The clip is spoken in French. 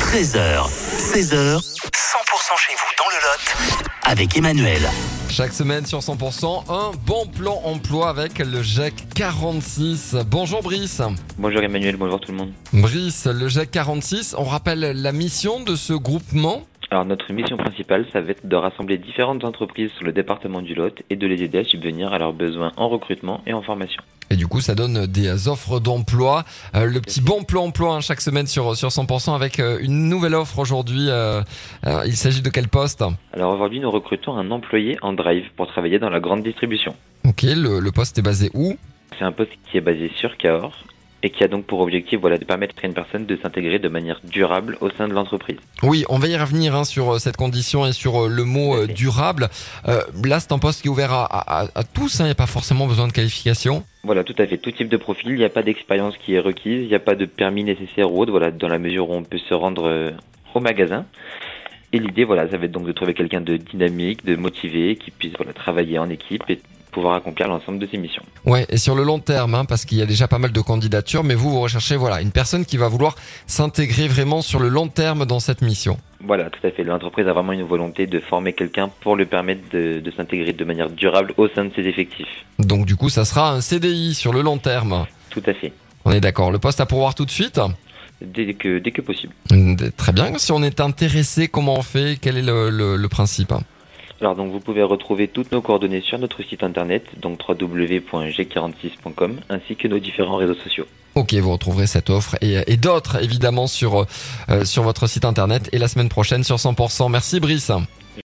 13h, 16h, 100% chez vous dans le Lot, avec Emmanuel. Chaque semaine sur 100%, un bon plan emploi avec le GEC 46. Bonjour Brice. Bonjour Emmanuel, bonjour tout le monde. Brice, le GEC 46, on rappelle la mission de ce groupement Alors notre mission principale, ça va être de rassembler différentes entreprises sur le département du Lot et de les aider à subvenir à leurs besoins en recrutement et en formation. et du coup ça donne des offres d'emploi. Euh, le petit bon plan emploi hein, chaque semaine sur, sur 100% avec euh, une nouvelle offre aujourd'hui. Euh, euh, il s'agit de quel poste Alors aujourd'hui, nous recrutons un employé en drive pour travailler dans la grande distribution. Ok, le, le poste est basé où C'est un poste qui est basé sur Cahors et qui a donc pour objectif voilà, de permettre à une personne de s'intégrer de manière durable au sein de l'entreprise. Oui, on va y revenir hein, sur euh, cette condition et sur euh, le mot euh, Tout à fait. durable. Euh, là, c'est un poste qui est ouvert à, à- à- à tous. hein, Il n'y a pas forcément besoin de qualification. Voilà, tout à fait, tout type de profil, il n'y a pas d'expérience qui est requise, il n'y a pas de permis nécessaire ou autre, voilà, dans la mesure où on peut se rendre euh, au magasin. Et l'idée, voilà, ça va être donc de trouver quelqu'un de dynamique, de motivé, qui puisse voilà, travailler en équipe et pouvoir accomplir l'ensemble de ses missions. Ouais, et sur le long terme, hein, parce qu'il y a déjà pas mal de candidatures, mais vous, vous recherchez voilà une personne qui va vouloir s'intégrer vraiment sur le long terme dans cette mission. Voilà, tout à fait, l'entreprise a vraiment une volonté de former quelqu'un pour lui permettre de, de s'intégrer de manière durable au sein de ses effectifs. Donc du coup, ça sera un CDI sur le long terme. Tout à fait, On est d'accord. Le poste à pourvoir tout de suite. dès que, dès que possible. Hum, Très bien. Si on est intéressé, comment on fait Quel est le, le- le principe Alors donc vous pouvez retrouver toutes nos coordonnées sur notre site internet, donc www.g46.com, ainsi que nos différents réseaux sociaux. Ok, vous retrouverez cette offre et, et d'autres évidemment sur euh, sur votre site internet et la semaine prochaine sur 100%. Merci Brice.